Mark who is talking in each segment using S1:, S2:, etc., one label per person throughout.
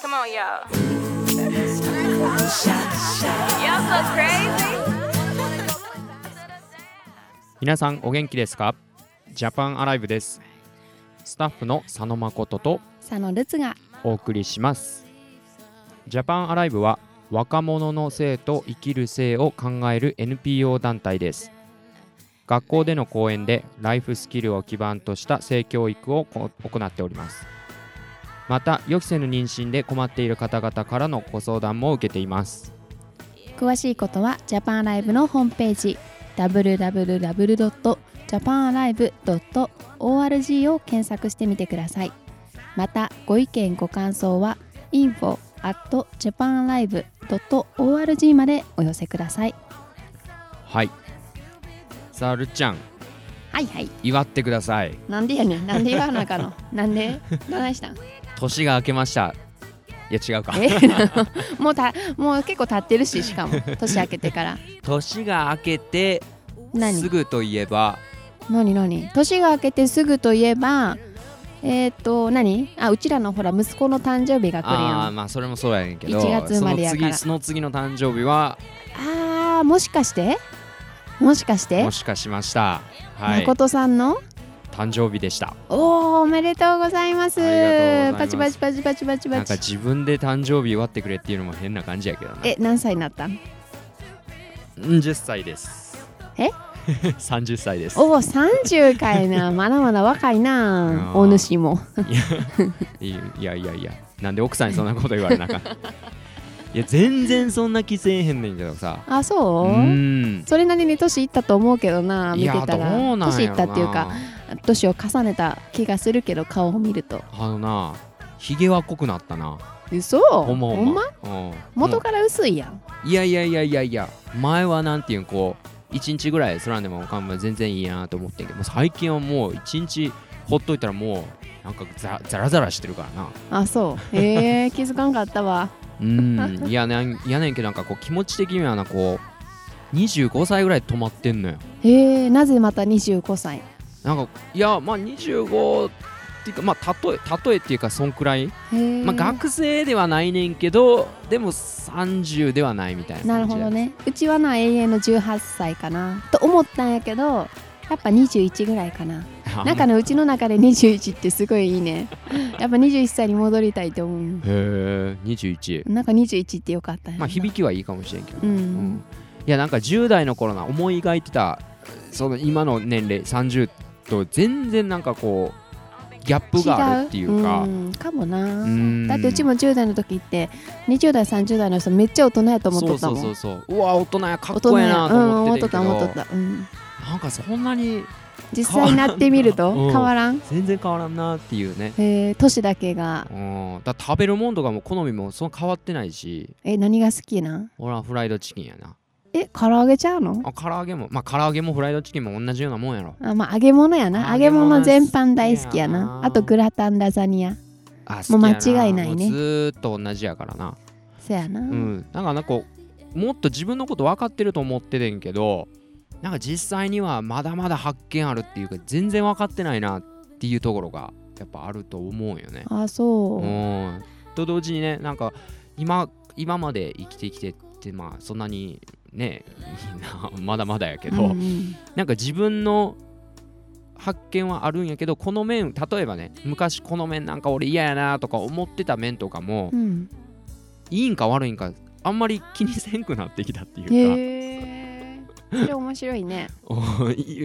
S1: Come on, y'all. y'all so crazy.
S2: 皆さんお元気ですかジャパンアライブですスタッフの佐野誠と
S3: 佐野ルツが
S2: お送りしますジャパンアライブは若者の性と生きる性を考える NPO 団体です学校での講演でライフスキルを基盤とした性教育をこ行っておりますまた予期せぬ妊娠で困っている方々からのご相談も受けています
S3: 詳しいことはジャパンライブのホームページ www.japanlive.org を検索してみてくださいまたご意見ご感想は info at japanlive.org までお寄せください
S2: はいさあるっちゃん
S3: はいはい
S2: 祝ってください
S3: なんでやねんなんで言わなあかんのなんでどないしたん
S2: 年が明けましたいや違うか
S3: え もうたもう結構経ってるししかも年明けてから
S2: 年が明けて
S3: 何
S2: すぐといえば
S3: 何何年が明けてすぐといえばえっ、と何あうちらのほら息子の誕生日が来るや
S2: ああー
S3: ん
S2: まあそれもそうやねんけど
S3: 1月生まれやから
S2: その次その次の誕生日は
S3: あーもしかしてもしかして
S2: もしかしましたはい
S3: 誠さんの
S2: 誕生日でした
S3: おーおめでとうございます
S2: ありがとうご
S3: パチ
S2: ざいま
S3: パ
S2: す
S3: チパチパチパチ
S2: なん
S3: パ
S2: か
S3: チ
S2: 自分で誕生日祝ってくれっていうのも変な感じやけどな
S3: え何歳になったん
S2: うん10歳です
S3: え
S2: 30歳です
S3: おお30か いなまだまだ若いな
S2: あー
S3: お主も
S2: いやいやいやなんで奥さんにそんなこと言われなあか んいや全然そんな気せえへんねんけどさ
S3: あ
S2: う
S3: そう、
S2: ん
S3: それなりに年いったと思うけどな見てた
S2: いやどう
S3: ら
S2: なんやろな
S3: 年いったっていうか年を重ねた気がするけど顔を見ると
S2: あのなひげは濃くなったな
S3: 嘘
S2: ほ
S3: ほ
S2: んま
S3: んま
S2: うん
S3: 元から薄いやん
S2: いやいやいやいやいや前はなんていうんこう1日ぐらいそらんでもかんも全然いいなと思ってんけど最近はもう1日ほっといたらもうなんかザザラザラしてるからな
S3: あ そうへえー、気づかんかったわ
S2: うん いやねいやねんけどなんかこう気持ち的にはなこう25歳ぐらいで止まってんのよ
S3: へえー、なぜまた25歳
S2: なんかいやまあ25っていうかまあ例え例えっていうかそんくらい、
S3: へえ
S2: まあ学生ではないねんけどでも30ではないみたいな
S3: なる
S2: 感じ
S3: ほ
S2: や
S3: どねうちはな永遠の18歳かなと思ったんやけどやっぱ21ぐらいかな
S2: あ
S3: なんかねうちの中で21ってすごいいいねやっぱ21歳に戻りたいって思う
S2: へえ21
S3: なんか21ってよかったんや
S2: ま
S3: な
S2: あ響きはいいかもしれんけど
S3: うん、
S2: うんいやなんか10代の頃な思い描いてたその今の年齢30と全然なんかこうギャップがあるっていうか
S3: 違んかもな
S2: うん
S3: だってうちも10代の時って20代30代の人めっちゃ大人やと思っ
S2: そ
S3: と
S2: う
S3: った
S2: そ
S3: も
S2: うんそうそううわ大人やか
S3: 大
S2: っこ
S3: 人
S2: ええ
S3: や
S2: な
S3: うん
S2: と思
S3: 思
S2: っ
S3: って
S2: て
S3: とった思っとった、うん、
S2: なんかそんなに
S3: 実際になってみると
S2: 変わらんな
S3: 変わらん、
S2: 全然変わらんなっていうね
S3: えー、年だけが
S2: うんだから食べるもんとかも好みもそんな変わってないし
S3: え何が好きなん
S2: 俺はフライドチキンやな
S3: え唐揚げちゃうの
S2: あ唐揚げもまあ唐揚げもフライドチキンも同じようなもんやろ
S3: あまあ揚げ物やな揚げ物全般大好きや
S2: 揚げ物好
S3: な
S2: きやな
S3: あとグラタンラザニア
S2: あ好きやな
S3: もう間違いないね
S2: もうずーっと同じやからな
S3: そやな、
S2: うん、なんかなんかこうもっと自分のこと分かってると思っててんけどなんか実際にはまだまだ発見あるっていうか全然分かってないなっていうところがやっぱあると思うよね。
S3: あそ
S2: う
S3: う、
S2: ん、と同時にねなんか今今まで生きてきてってまあそんなにね まだまだやけど、
S3: うんうん
S2: なんか自分の発見はあるんやけどこの面例えばね昔この面なんか俺嫌やなとか思ってた面とかも、
S3: うん、
S2: いいんか悪いんかあんまり気にせんくなってきたっていうか、
S3: へえそれ面白 いね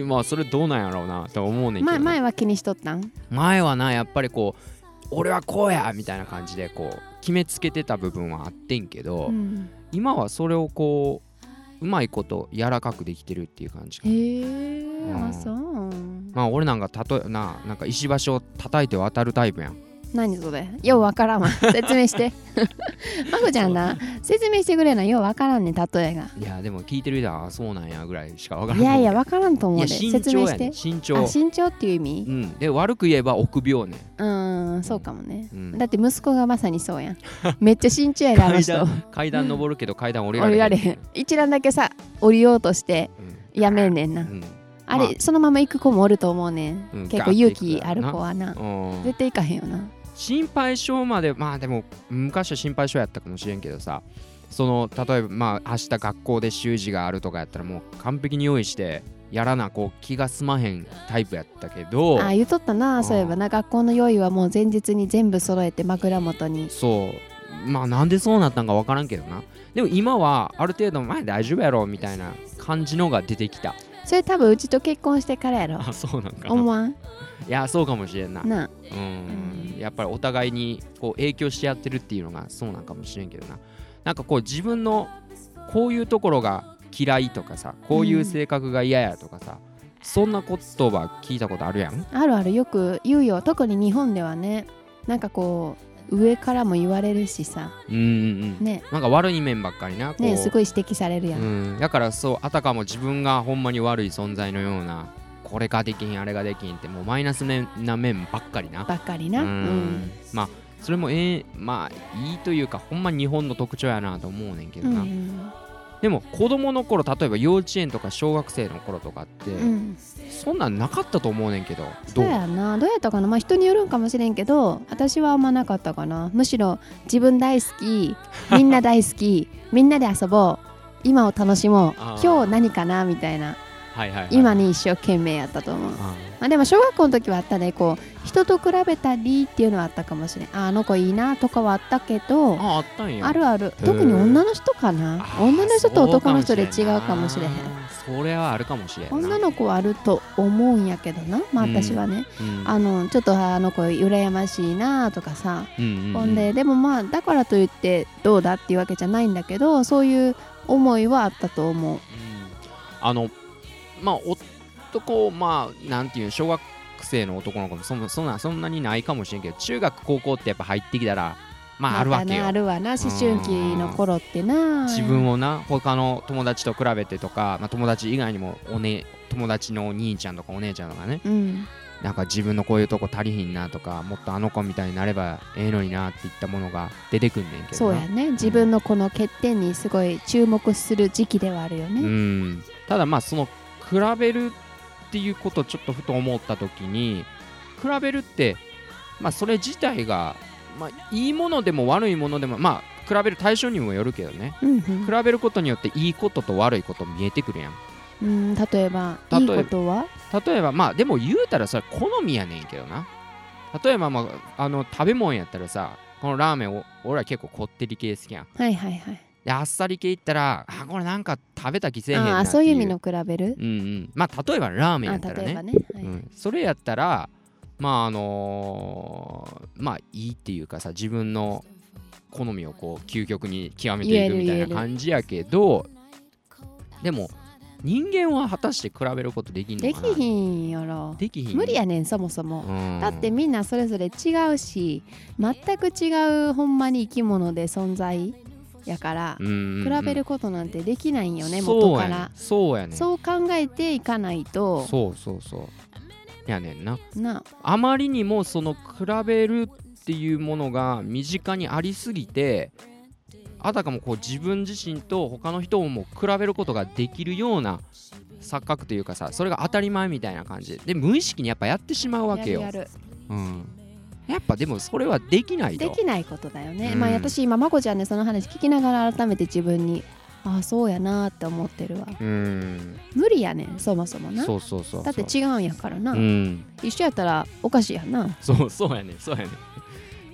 S2: まあそれどうなんやろうなと思うねんけど
S3: 前
S2: ね、
S3: 前は気にしとったん
S2: 前はなやっぱりこう俺はこうやみたいな感じでこう決めつけてた部分はあってんけど、
S3: うん
S2: 今はそれをこううまいこと柔らかくできてるっていう感じか
S3: へ
S2: な
S3: え
S2: う
S3: あ
S2: ん
S3: そう
S2: まあ俺なんかたとえななんか石橋を叩いて渡るタイプやん
S3: 何それようわからんわ説明して まこちゃんな説明してくれなようわからんね例えが
S2: いやでも聞いてる人はあそうなんやぐらいしかわからん
S3: いやいや
S2: わ
S3: わからんと思うで
S2: 身
S3: 説
S2: 長
S3: 明
S2: や
S3: し
S2: ね
S3: て
S2: 身長
S3: あ身長っていう意
S2: う
S3: 味
S2: んで悪く言えば臆病ね
S3: うんそうかもね
S2: うん
S3: だって息子がまさにそうやんめっちゃ身長やであの
S2: 階
S3: 人
S2: 段階段登るけど階段降りら
S3: 降
S2: れ
S3: り
S2: へん
S3: られへん一段だけさ降りようとして
S2: う
S3: やめんねんなんあ
S2: まあ
S3: れそのまま行く子もおると思うね
S2: うん
S3: ん結構勇気ある子はな
S2: うん
S3: 絶対行かへんよな
S2: 心配性までまあでも昔は心配性やったかもしれんけどさその例えばまあ明日学校で習字があるとかやったらもう完璧に用意してやらなこう気が済まへんタイプやったけど
S3: あ言うとった
S2: う
S3: なんそういえばな学校の用意はもう前日に全部揃えて枕元に
S2: そうまあなんでそうなったんか分からんけどなでも今はある程度前大丈夫やろみたいな感じのが出てきた
S3: それ多分うちと結婚してからやろ
S2: あそうなんか
S3: 思
S2: な
S3: わん
S2: いやそうかもしれんな
S3: な
S2: うんやっぱりお互いにこう影響し合ってるっていうのがそうなんかもしれんけどななんかこう自分のこういうところが嫌いとかさこういう性格が嫌やとかさ、そんな言葉聞いたことあるやん
S3: ああるあるよく言うよ特に日本ではねなんかこう上からも言われるしさ
S2: うんうんうん、
S3: ね
S2: なんか悪い面ばっかりなこう
S3: ねすごい指摘されるやん、
S2: うん、だからそうあたかも自分がほんまに悪い存在のようなこれができひんあれができひんってもうマイナス面な面ばっかりな
S3: ばっかりな
S2: う
S3: うんん
S2: まあそれもええまあいいというかほんま日本の特徴やなと思うねんけ
S3: う
S2: ど
S3: ん
S2: な、でも子供の頃例えば幼稚園とか小学生の頃とかって、
S3: うん
S2: そんなんなかったと思うねんけど
S3: そ
S2: ど
S3: う
S2: う
S3: やなどうやったかなまあ人によるんかもしれんけど私はあんまなかったかなむしろ自分大好 きみんな大好きみんなで遊ぼう今を楽しもう
S2: あー
S3: 今日何かなみたいな
S2: はいはいはい
S3: 今に一生懸命やったと思う、
S2: あ
S3: まあ、でも小学校の時はあったねこう人と比べたりっていうのはあったかもしれんああの子いいなとかはあったけど
S2: ああったんや
S3: あるある
S2: ー
S3: 特に女の人かな
S2: あー
S3: 女の人と
S2: そう
S3: 男
S2: か
S3: の
S2: もし
S3: 人
S2: れ
S3: で
S2: んな
S3: 違うかもしれへん
S2: それはあるかもしれんな
S3: 女の子はあると思うんやけどなまあ
S2: うん
S3: 私はね、
S2: うん
S3: あのちょっとあの子羨ましいなとかさ、
S2: うんうんうん
S3: ほんででもまあだからといってどうだっていうわけじゃないんだけどそういう思いはあったと思う
S2: あのまあ男まあなんていうの小学生の男の子もそんなそんなそんなにないかもしれんけど中学高校ってやっぱ入ってきたらまああるわけ
S3: またな
S2: よ
S3: あるわな思春期の頃ってな
S2: 自分をな他の友達と比べてとか、まあ、友達以外にもお、ね、友達のお兄ちゃんとかお姉ちゃんとかね
S3: うん
S2: なんか自分のこういうとこ足りひんなとかもっとあの子みたいになればええのになっていったものが出てくんねんけどな
S3: そうやね自分のこの欠点にすごい注目する時期ではあるよ
S2: う
S3: ね
S2: ん、ただまあその比べるっていうことをちょっとふと思った時に比べるって、まあ、それ自体が、まあ、いいものでも悪いものでもまあ比べる対象にもよるけどね
S3: うんうん、
S2: 比べることによっていいことと悪いこと見えてくるやん
S3: うん例えば
S2: 例えば
S3: いいことは
S2: 例えばまあでも言うたらそれ好みやねんけどな例えば、まあ、あの食べ物やったらさこのラーメンを俺ら結構こってり系好きやん
S3: はいはいはい
S2: であっさり系いったらあこれなんか食べた気せえへん
S3: あ
S2: な
S3: あ
S2: っていう
S3: そういう意味の比べる
S2: うんうんまあ例えばラーメンや
S3: あ
S2: ったら
S3: 例え
S2: ね
S3: ばね、はい
S2: うん、それやったらまああのーまあいいっていうかさ自分の好みをこう究極に極めていくみた
S3: 言
S2: い
S3: える
S2: な感じやけどでも人間は果たして比べることできんの
S3: で
S2: か
S3: き
S2: な
S3: ひんやろ
S2: できひん
S3: 無理やねんそもそも、
S2: うん
S3: だってみんなそれぞれ違うし全く違うほんまに生き物で存在やから、
S2: うんうんうん
S3: 比べることなんてできないんよね
S2: そ
S3: 元
S2: う
S3: か
S2: やね
S3: ら
S2: そうやね
S3: そう,、考えていかないと
S2: そうそうそうやねんな
S3: な
S2: あまりにもその比べるっていうものが身近にありすぎてあたかもこう自分自身と他の人をも比べることができるような錯覚というかさそれが当たり前みたいな感じで無意識にやっぱやってしまうわ
S3: や
S2: け
S3: る
S2: よ。
S3: やる
S2: うん、やっぱでもそれはできない
S3: で
S2: と。
S3: きないことだよね、
S2: うん
S3: まあ私今まこちゃんねその話聞きながら改めて自分にああそうやなーって思ってるわ
S2: うん
S3: 無理やねんそもそもな
S2: そうそうそうそう
S3: だって違うんやからな、
S2: うん
S3: 一緒やったらおかしいやな
S2: そう そうやねそうやねだか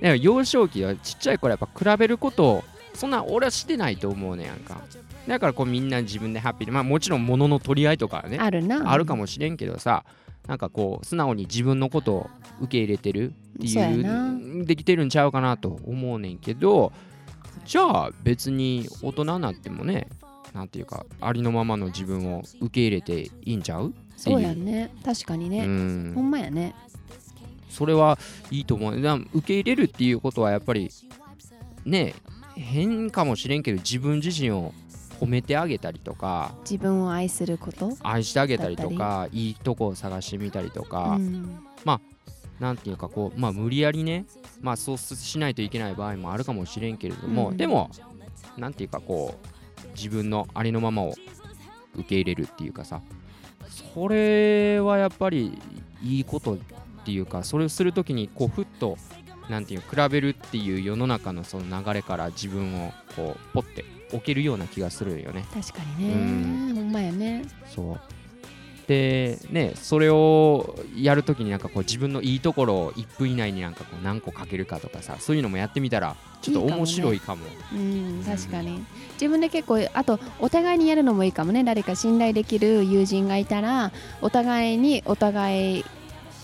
S2: ら幼少期はちっちゃい頃やっぱ比べることをそんな俺はしてないと思うねやんかだからこうみんな自分でハッピーでまあもちろん物の取り合いとかはね
S3: あるな
S2: あるかもしれんけどさなんかこう素直に自分のことを受け入れてるって
S3: そうや
S2: い
S3: な
S2: うできてるんちゃうかなと思うねんけどじゃあ別に大人になってもねなんていうかありのままの自分を受け入れていいんちゃうってい
S3: そうやね確かに
S2: う
S3: ね、
S2: ん
S3: ほんまやね
S2: それはいいと思うな受け入れるっていうことはやっぱりね変かもしれんけど自分自身を褒めてあげたりとか
S3: 自分を愛すること
S2: 愛してあげたりとかいいとこを探してみたりとか、
S3: うん
S2: なんていうかこうまあ無理やりねまあそうしないといけない場合もあるかもしれんけれども、
S3: うん
S2: でもなんていうかこう自分のありのままを受け入れるっていうかさそれはやっぱりいいことっていうかそれをするときにこうふっとなんていう比べるっていう世の中のその流れから自分をこうポッて置けるような気がするよね。
S3: 確かにね、
S2: うん
S3: ほんまやね
S2: そうでねそれをやるときになんかこう自分のいいところを1分以内になんかこう何個かけるかとかさそういうのもやってみたらちょっと
S3: いいかもね
S2: 面白いかも。
S3: うん確かに自分で結構あとお互いにやるのもいいかもね誰か信頼できる友人がいたらお互いにお互い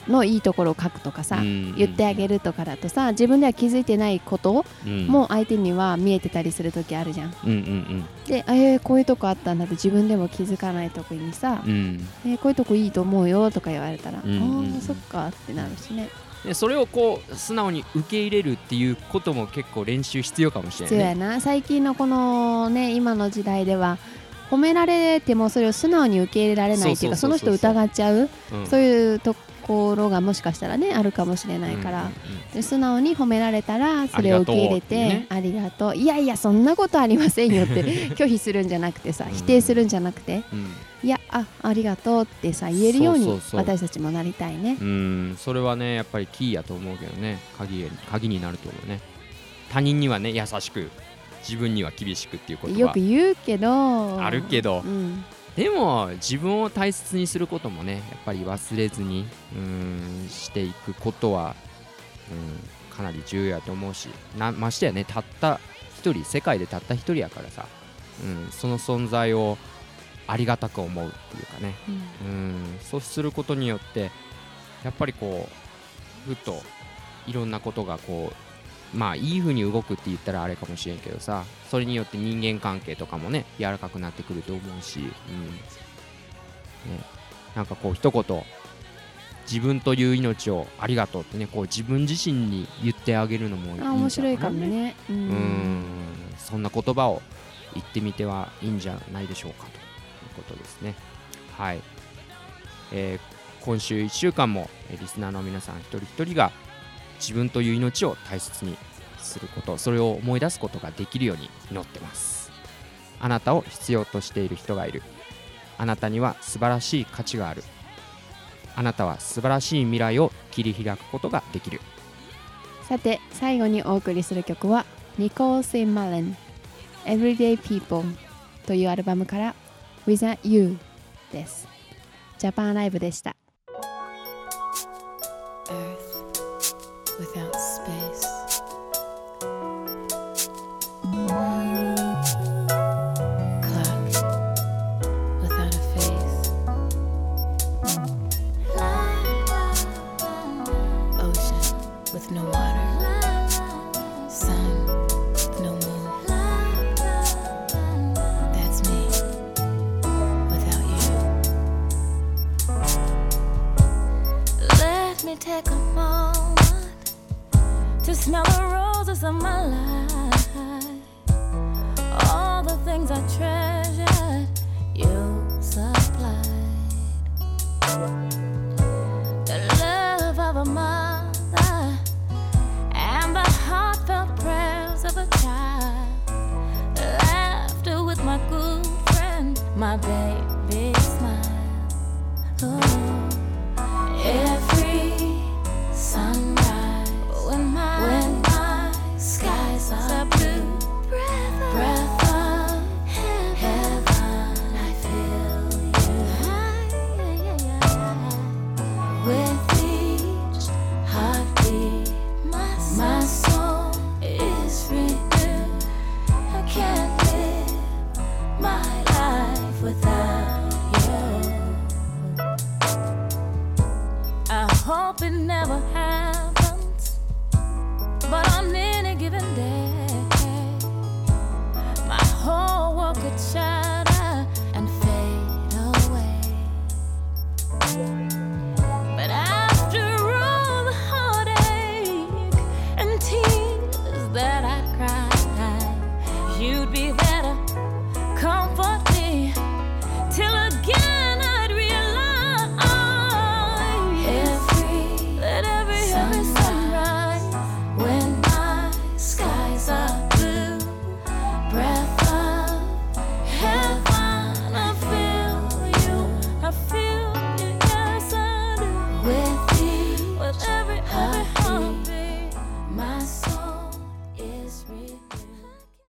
S3: のいいところを書くとかさ、
S2: うん
S3: 言ってあげるとかだとさ自分では気づいてないこと
S2: うん
S3: も相手には見えてたりする時あるじゃん。
S2: うんうん
S3: で、えーこういうとこあったんだって自分でも気づかない時にさ、
S2: うんうん
S3: えーこういうとこいいと思うよとか言われたら、
S2: うんうんうん
S3: ああそっかってなるしね
S2: でそれをこう素直に受け入れるっていうことも結構練習必要かもしれない
S3: 必要
S2: ね、
S3: やな最近のこのね今の時代では褒められてもそれを素直に受け入れられないっていうか
S2: そ
S3: そう
S2: そ
S3: の
S2: うそうそう
S3: 人疑っちゃう、
S2: うん
S3: そういうところがもしかしたらねあるかもしれないか
S2: う
S3: ら、
S2: んうんうん
S3: で素直に褒められたらそれを受け入れてありがとう,、いやいやそんなことありませんよって 拒否するんじゃなくてさ
S2: うん
S3: 否定するんじゃなくて
S2: うん
S3: いやあありがとうってさ言えるよう
S2: そう
S3: に
S2: そうそう
S3: 私たちもなりたいね
S2: うんそれはねやっぱりキーやと思うけどね鍵や鍵になると思うね他人にはね優しく自分には厳しくっていうこと
S3: よ
S2: は
S3: く言うけど
S2: あるけど
S3: うん、
S2: でも自分を大切にすることもねやっぱり忘れずにうんしていくことはうんかなり重要やと思うしなましてやねたった一人世界でたった一人やからさ、うん、その存在をありがたく思うっていうかね
S3: うん
S2: うんそうすることによってやっぱりこうふといろんなことがこうまあいい風に動くって言ったらあれかもしれんけどさそれによって人間関係とかもね柔らかくなってくると思うし、うんね、なんかこう一言自分という命をありがとうってねこう自分自身に言ってあげるのもいいんじゃ
S3: あ面白いかも
S2: な
S3: ね、う
S2: うんんそんな言葉を言ってみてはいいんじゃないでしょうかということですね。はい、えー今週1週間もえーリスナーの皆さん一人一人が自分という命を大切にすることそれを思い出すことができるように祈ってますあなたを必要としている人がいるあなたには素晴らしい価値があるあなたは素晴らしい未来を切り開くことができる
S3: さて最後にお送りする曲はニコース・イン・マレン「Everyday People」というアルバムから「Without You」ですジャパンライブでした
S4: Earth without space. Clock without a face. Ocean with no water. Sun with no moon. That's me without you.
S5: Let me take a moment to smell the roses of my life. All the things I treasured, you supplied. The love of a mother and the heartfelt prayers of a child. Laughter with my good friend, my baby smile. Ooh. Oh, Every sunrise, when my, when my skies are blue, breath, of heaven, I feel you. With each heartbeat, my, my soul is renewed. I can't live my life without. it.